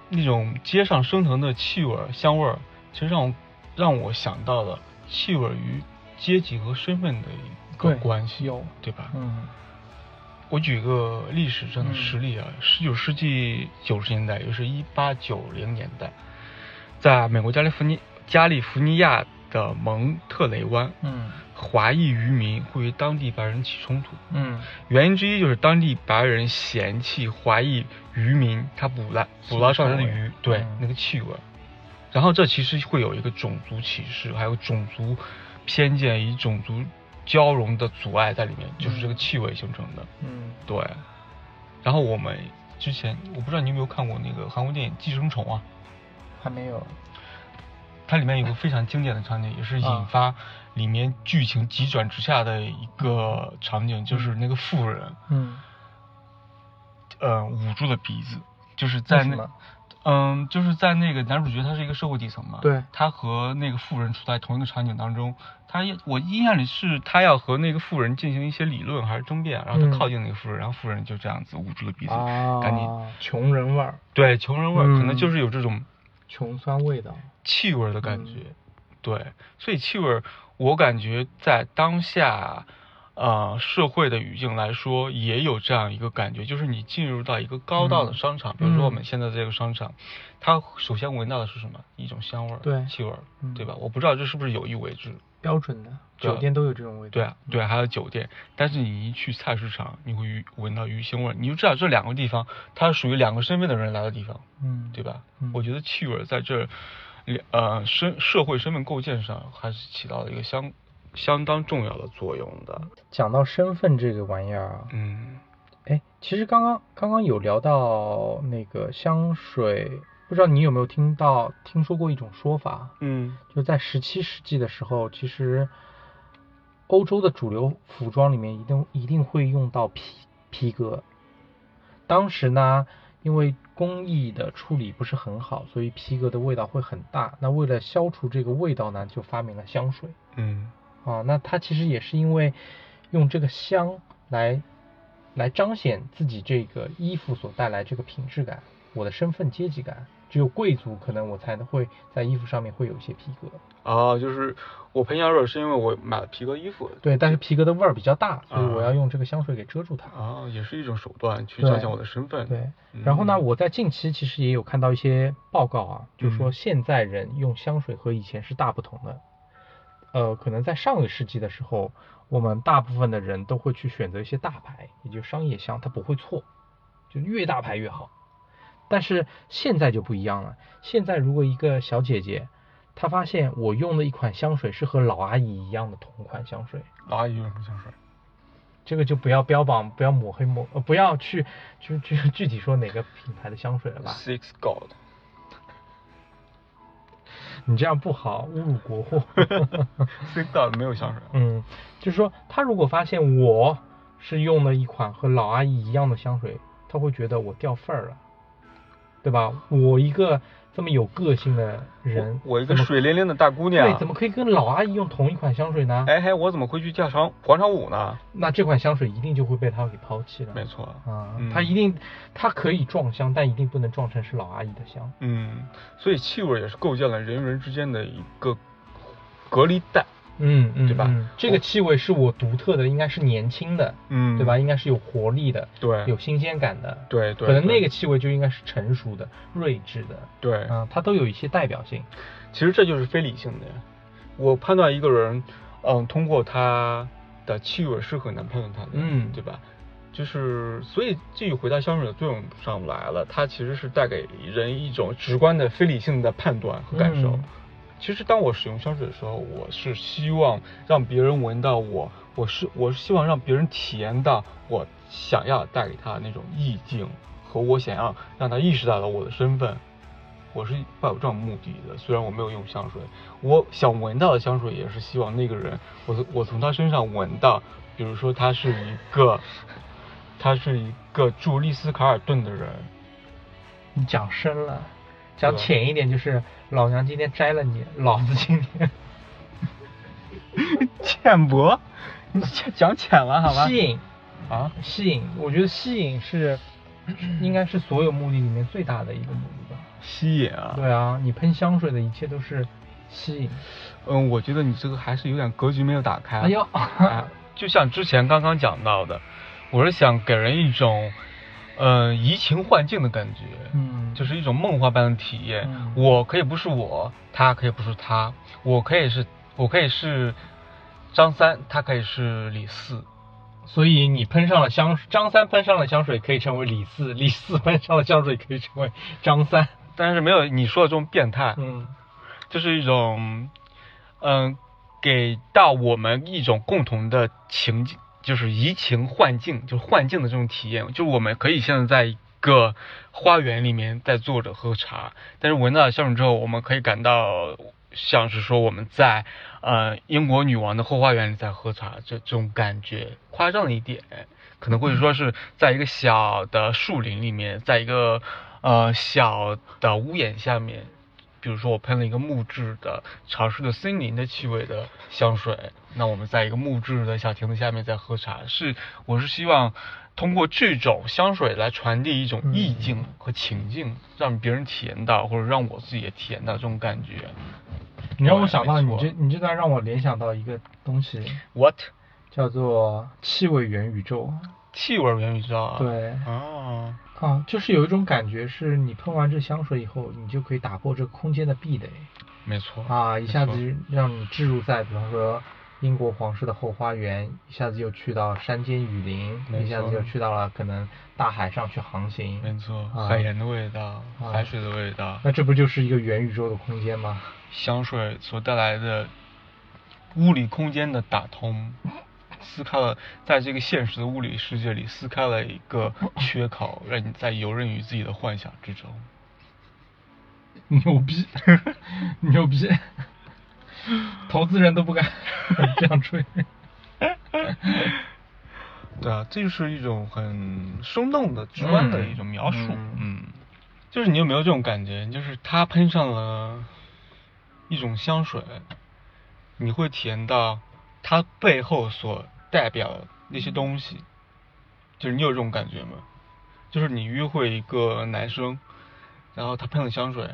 那种街上升腾的气味儿、香味儿，其实让我让我想到了气味儿与阶级和身份的一个对关系，有对吧？嗯，我举一个历史上的嗯实例啊，十九、世纪九十年代，也就是一八九零年代，在美国加利福尼加利福尼亚的蒙特雷湾，嗯华裔渔民会与当地白人起冲突，嗯，原因之一就是当地白人嫌弃华裔渔民他捕来捕捞上来的鱼嗯，对、嗯那个气味，然后这其实会有一个种族歧视，还有种族偏见与种族交融的阻碍在里面，就是这个气味形成的。嗯对，然后我们之前我不知道你有没有看过那个韩国电影《寄生虫》啊，还没有，它里面有个非常经典的场景，也是嗯引发里面剧情急转直下的一个场景，就是那个妇人，嗯呃，捂住了鼻子，就是在为什那么。嗯，就是在那个男主角他是一个社会底层嘛，对他和那个富人处在同一个场景当中，他也我印象里是他要和那个富人进行一些理论还是争辩，然后嗯啊他靠近那个富人，然后富人就这样子捂住了鼻子，赶紧穷人味儿，对，穷人味儿、可能嗯就是有这种穷酸味道，气味儿的感嗯觉，对，所以气味儿，我感觉在当下，呃，社会的语境来说，也有这样一个感觉，就是你进入到一个高档的嗯商场，比如说我嗯们现在这个商场，它首先闻到的是什么？一种香味儿，对气味儿，嗯对吧？我不知道这是不是有意为之，标准的对啊酒店都有这种味道。对啊，对啊，还有酒店，但是你一去菜市场，你会鱼闻到鱼腥味儿，你就知道这两个地方，它是属于两个身份的人来的地方，嗯，对吧？嗯我觉得气味儿在这儿，呃，身社会身份构建上还是起到了一个相相当重要的作用的。讲到身份这个玩意儿啊，嗯，哎，其实刚刚刚刚有聊到那个香水，不知道你有没有听到听说过一种说法，嗯，就在十七世纪的时候，其实欧洲的主流服装里面一定一定会用到皮皮革。当时呢，因为工艺的处理不是很好，所以皮革的味道会很大。那为了消除这个味道呢，就发明了香水。嗯，啊，那它其实也是因为用这个香来来彰显自己这个衣服所带来这个品质感，我的身份阶级感。只有贵族可能我才能会在衣服上面会有一些皮革，哦，就是我喷香水是因为我买了皮革衣服，对，但是皮革的味儿比较大，所以我啊要用这个香水给遮住它。啊、也是一种手段去对彰显我的身份。对，嗯然后呢，我在近期其实也有看到一些报告啊，就说嗯现在人用香水和以前是大不同的。呃，可能在上个世纪的时候，我们大部分的人都会去选择一些大牌，也就是商业香，它不会错，就越大牌越好。但是现在就不一样了，现在如果一个小姐姐，她发现我用的一款香水是和老阿姨一样的同款香水，老阿姨用什么香水？这个就不要标榜，不要抹黑抹，呃，不要去就就具体说哪个品牌的香水了吧， Six God，你这样不好，侮辱国货。 Six God 没有香水啊。嗯，就是说他如果发现我是用了一款和老阿姨一样的香水，他会觉得我掉份儿了，对吧？我一个这么有个性的 人，我一个怎么水灵灵的大姑娘，对，怎么可以跟老阿姨用同一款香水呢？哎嘿，我怎么会去跳场广场舞呢？那这款香水一定就会被他给抛弃了。没错，啊，嗯他一定，他可以撞香，但一定不能撞成是老阿姨的香。嗯，所以气味也是构建了人与人之间的一个隔离带，嗯，嗯对吧嗯这个气味是我独特的，应该是年轻的，嗯对吧？？应该是有活力的，嗯对有新鲜感的，对对可能对那个气味就应该是成熟的、睿智的，对，嗯，它都有一些代表性。其实这就是非理性的。我判断一个人，嗯，通过他的气味是很难判断他的，嗯对吧？就是，所以这又回到香水的作用上来了，它其实是带给人一种直观的非理性的判断和感受。嗯其实，当我使用香水的时候，我是希望让别人闻到我，我是我是希望让别人体验到我想要带给他的那种意境，和我想要让他意识到了我的身份。我是抱有这种目的的，虽然我没有用香水，我想闻到的香水也是希望那个人，我从我从他身上闻到，比如说他是一个，他是一个住丽思卡尔顿的人，你讲深了，讲对 浅一点就是，老娘今天摘了你，老子今天浅薄，你讲讲浅了好吧吸？引啊，吸引，我觉得吸引是 应该是所有目的里面最大的一个目的吧。吸引啊。对啊，你喷香水的一切都是吸引。嗯，我觉得你这个还是有点格局没有打开。哎呦哎就像之前刚刚讲到的，我是想给人一种，呃，移情换境的感觉，嗯就是一种梦幻般的体验。嗯我可以不是我，他可以不是他，我可以是，我可以是张三，他可以是李四。所以你喷上了香，张三喷上了香水可以成为李四，李四喷上了香水可以成为张三。但是没有你说的这种变态，嗯，就是一种，嗯、给到我们一种共同的情境，就是移情换境，就是换境的这种体验。就是我们可以现在在一个花园里面在坐着喝茶，但是闻到香水之后，我们可以感到像是说我们在呃英国女王的后花园里在喝茶，这这种感觉夸张了一点。可能会说是在一个小的树林里面，在一个呃小的屋檐下面，比如说我喷了一个木质的潮湿的森林的气味的香水，那我们在一个木质的小亭子下面在喝茶，是我是希望通过这种香水来传递一种意境和情境，让别人体验到，或者让我自己也体验到这种感觉。你让我想到对你没错这你这段让我联想到一个东西， What 叫做气味元宇宙。气味元宇宙啊？对啊，啊，就是有一种感觉，是你喷完这香水以后，你就可以打破这个空间的壁垒没错啊，一下子哦没错就让你置入在，比方说英国皇室的后花园，一下子又去到山间雨林，没一下子错又去到了可能大海上去航行，没错，啊海盐的味道，啊海水的味道，那这不就是一个元宇宙的空间吗？香水所带来的物理空间的打通，撕开了在这个现实的物理世界里撕开了一个缺口，让你在游刃于自己的幻想之中。 牛逼，牛逼，投资人都不敢 这样吹。 对啊，这就是一种很生动的、直观的一种描述。嗯嗯，就是你有没有这种感觉？就是他喷上了一种香水，你会体验到它背后所代表的那些东西。就是你有这种感觉吗？就是你约会一个男生，然后他喷了香水，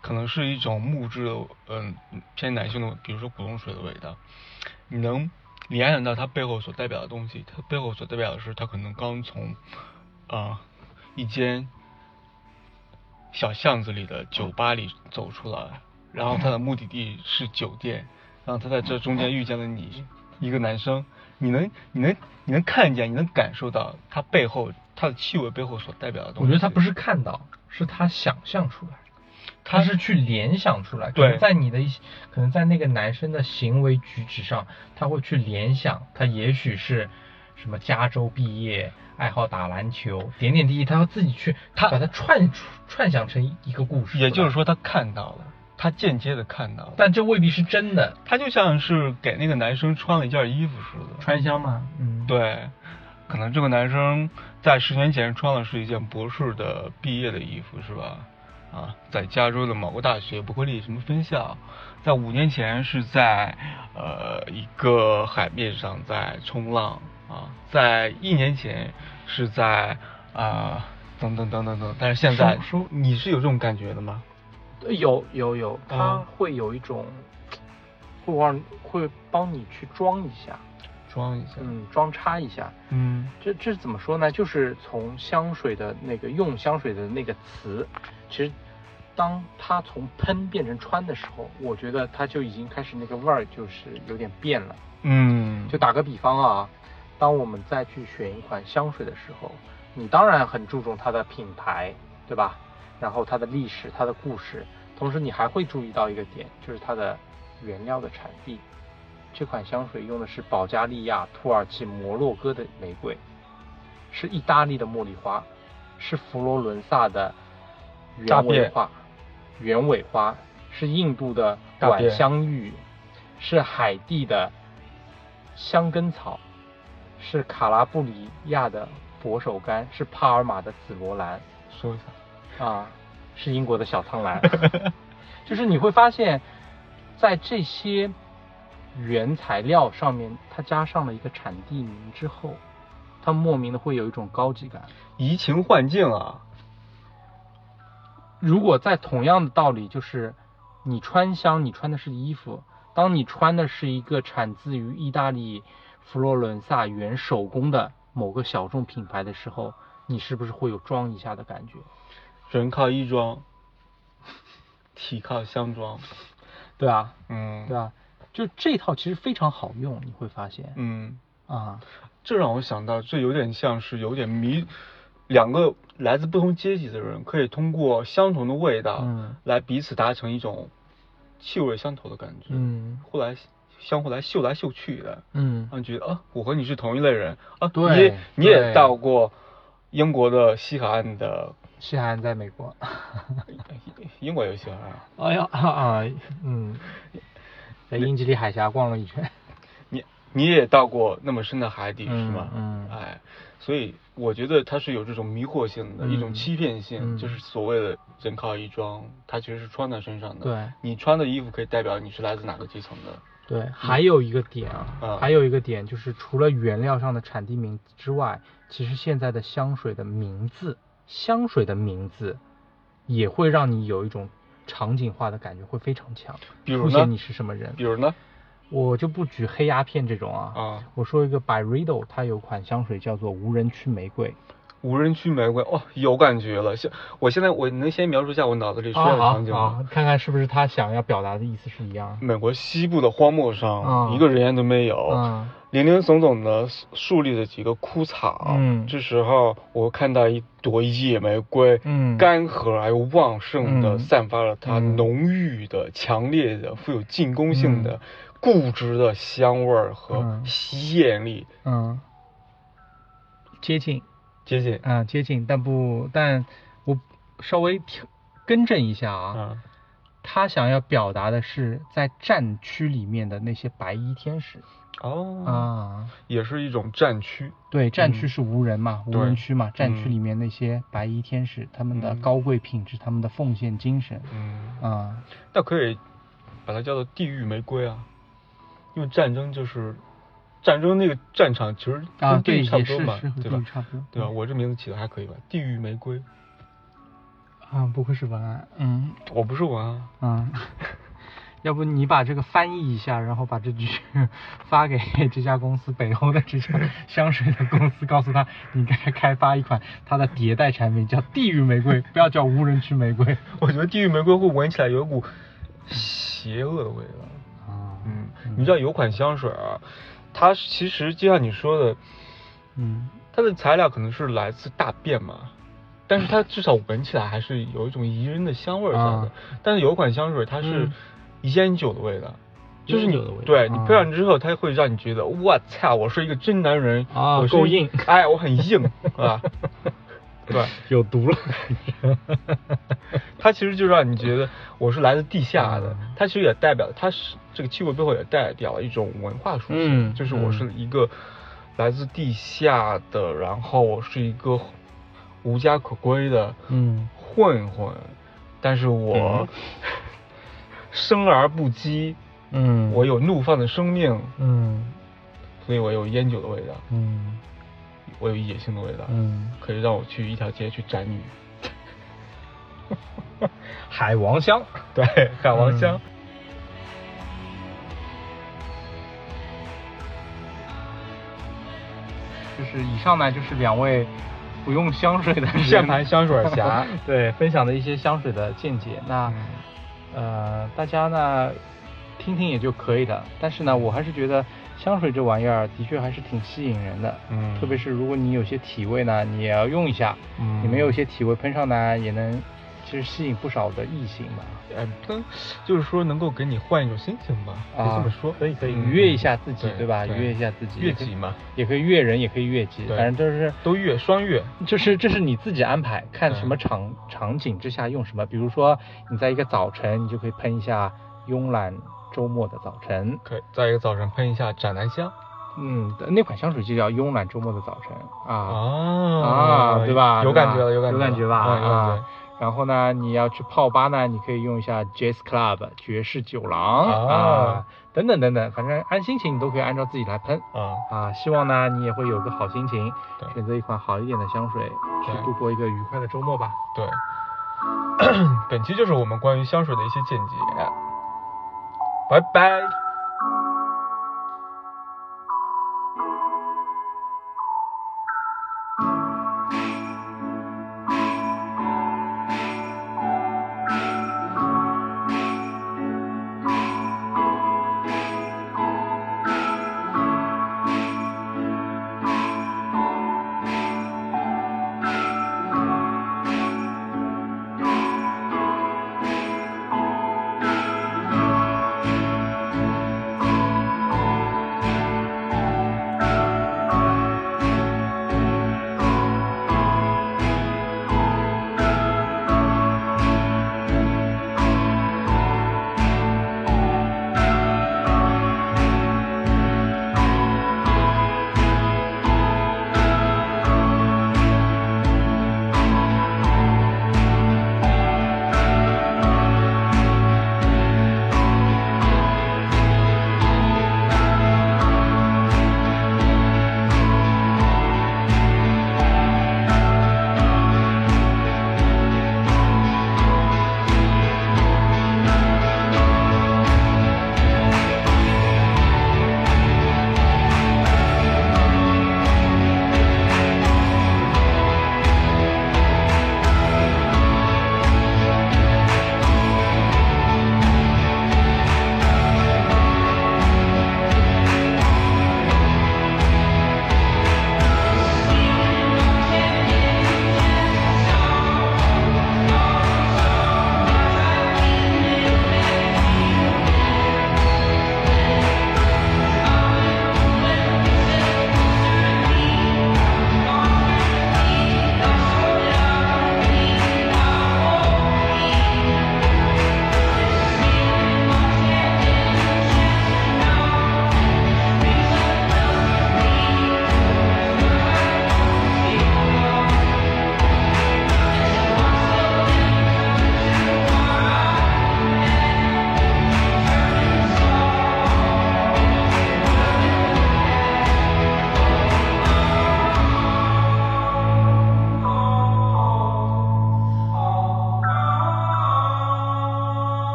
可能是一种木质的，嗯、偏男性的，比如说古龙水的味道。你能联想到它背后所代表的东西，它背后所代表的是他可能刚从啊、一间小巷子里的酒吧里走出来，然后他的目的地是酒店，然后他在这中间遇见了你，一个男生，你能你能你能看见，你能感受到他背后他的气味背后所代表的东我西。觉得他不是看到，是他想象出来，他他是去联想出来。对可能在你的一些，可能在那个男生的行为举止上，他会去联想，他也许是什么加州毕业，爱好打篮球，点点滴滴，他要自己去，他把它串出串想成一个故事。也就是，说他看到了，他间接的看到了。但这未必是真的。他就像是给那个男生穿了一件衣服似的，穿香嘛，嗯，对，可能这个男生在十年前穿的是一件博士的毕业的衣服，是吧？啊，在加州的某个大学伯克利什么分校，在五年前是在呃一个海面上在冲浪啊，在一年前是在啊、等等等等等，但是现在说说你是有这种感觉的吗？有有有，它嗯会有一种，会让会帮你去装一下，装一下，嗯，装插一下。嗯这这怎么说呢？就是从香水的那个用香水的那个词，其实当它从喷变成穿的时候，我觉得它就已经开始那个味儿就是有点变了。嗯，就打个比方啊，当我们再去选一款香水的时候，你当然很注重它的品牌，对吧？然后它的历史、它的故事，同时你还会注意到一个点，就是它的原料的产地。这款香水用的是保加利亚、土耳其、摩洛哥的玫瑰，是意大利的茉莉花，是佛罗伦萨的大鸢便尾花，鸢啊尾花是印度的大晚便香玉，是海地的香根草，是卡拉布里亚的佛手柑，是帕尔马的紫罗兰，说一下，啊，是英国的小苍兰。就是你会发现，在这些原材料上面它加上了一个产地名之后，它莫名的会有一种高级感。移情换境啊，如果在同样的道理，就是你川香，你穿的是衣服，当你穿的是一个产自于意大利佛罗伦萨原手工的某个小众品牌的时候，你是不是会有装一下的感觉？人靠衣装， 体靠箱装。对啊，嗯对啊，就这套其实非常好用，你会发现嗯，啊，这让我想到，这有点像是有点迷，两个来自不同阶级的人可以通过相同的味道嗯来彼此达成一种气味相投的感觉。，嗯后来相互来嗅来嗅去的，嗯让你觉得啊，我和你是同一类人啊。对你也你也对到过英国的西海岸的，西海岸在美国， 英国有西海岸啊， 哎呀啊，嗯，在英吉利海峡逛了一圈，你你也到过那么深的海底、是吗？嗯嗯哎，所以我觉得它是有这种迷惑性的、一种嗯欺骗性，嗯就是所谓的人靠衣装，它其实是穿在身上的。对你穿的衣服可以代表你是来自哪个阶层的。对，还有一个点啊，嗯啊还有一个点就是除了原料上的产地名之外，其实现在的香水的名字，香水的名字也会让你有一种场景化的感觉，会非常强，比如凸呢显你是什么人。比如呢？我就不举黑鸦片这种啊，啊我说一个 b y r e d o 它有款香水叫做无人区玫瑰，无人区玫瑰，哦，有感觉了。现我现在我能先描述一下我脑子里出现的啊好场景吗？好，看看是不是他想要表达的意思是一样的。美国西部的荒漠上，嗯一个人烟都没有，嗯林林总总的树立了几个枯草。嗯这时候我看到一朵野玫瑰，嗯干涸而又旺盛的嗯散发了它嗯浓郁的、强烈的、富有进攻性的、固执的香味儿和嗯吸引力。嗯，接近。姐姐，啊、接近，但不，但我稍微调更正一下嗯啊，啊，他想要表达的是在战区里面的那些白衣天使哦，啊，也是一种战区。对，战区是无人嘛，嗯无对人区嘛，战区嗯里面那些白衣天使，他们的嗯高贵品质，他们的奉献精神嗯，啊，那可以把它叫做地狱玫瑰啊，因为战争就是战争那个战场，其实啊，跟地对，狱差也不多是嘛是，和对地吧狱？差不多，嗯对吧？我这名字起的还可以吧？地狱玫瑰，啊，不愧是文案，嗯我不是文啊，啊。 要不你把这个翻译一下，然后把这句 发给这家公司北欧的这家 香水的公司，告诉他你该开发一款它的迭代产品，叫地狱玫瑰，不要叫无人区玫瑰。我觉得地狱玫瑰会闻起来有一股邪恶的味道。啊，嗯，你知道有款香水啊，它其实就像你说的，嗯，它的材料可能是来自大便嘛，但是它至少闻起来还是有一种宜人的香味儿在的。啊嗯但是有一款香水，它是烟酒的味道，就是你烟酒的味道对你啊喷上之后，它会让你觉得我操，我是一个真男人啊我是够硬哎，我很 硬啊。对，有毒 了。它其实就让你觉得我是来自地下的，嗯它其实也代表，它是这个气味背后也代表了一种文化属性，嗯就是我是一个来自地下的，然后我是一个无家可归的嗯混混，但是嗯我、 生而不羁，嗯我有怒放的生命，嗯所以我有烟酒的味道，嗯我有野性的味道，嗯，可以让我去一条街去斩女，海王香。对，海王香。嗯就是以上呢，就是两位不用香水的人键盘香水侠 嗯对分享的一些香水的见解。那、呃，大家呢听听也就可以了。但是呢，我还是觉得香水这玩意儿的确还是挺吸引人的，嗯特别是如果你有些体味呢，你也要用一下，嗯你没有一些体味喷上呢，也能其实吸引不少的异性吧。哎，不能，就是说能够给你换一种心情吧，可以这么说，啊可以可以嗯愉悦一下自己，对对吧？愉对悦一下自己，悦己嘛，也可以悦人，也可以悦己，对反正就是都悦双悦，就是这是你自己安排，看对什么嗯场场景之下用什么。比如说你在一个早晨，你就可以喷一下慵懒周末的早晨，可以在一个早上喷一下斩兰香嗯，那款香水就叫慵懒周末的早晨啊啊啊，对吧？有对感觉了，有感觉了，感觉吧？嗯有感啊觉，然后呢，你要去泡吧呢，你可以用一下 Jazz Club 爵士酒廊啊啊，等等等等，反正按心情你都可以按照自己来喷啊，啊。希望呢你也会有个好心情对，选择一款好一点的香水，去对度过一个愉快的周末吧。对， 本期就是我们关于香水的一些见解，拜拜。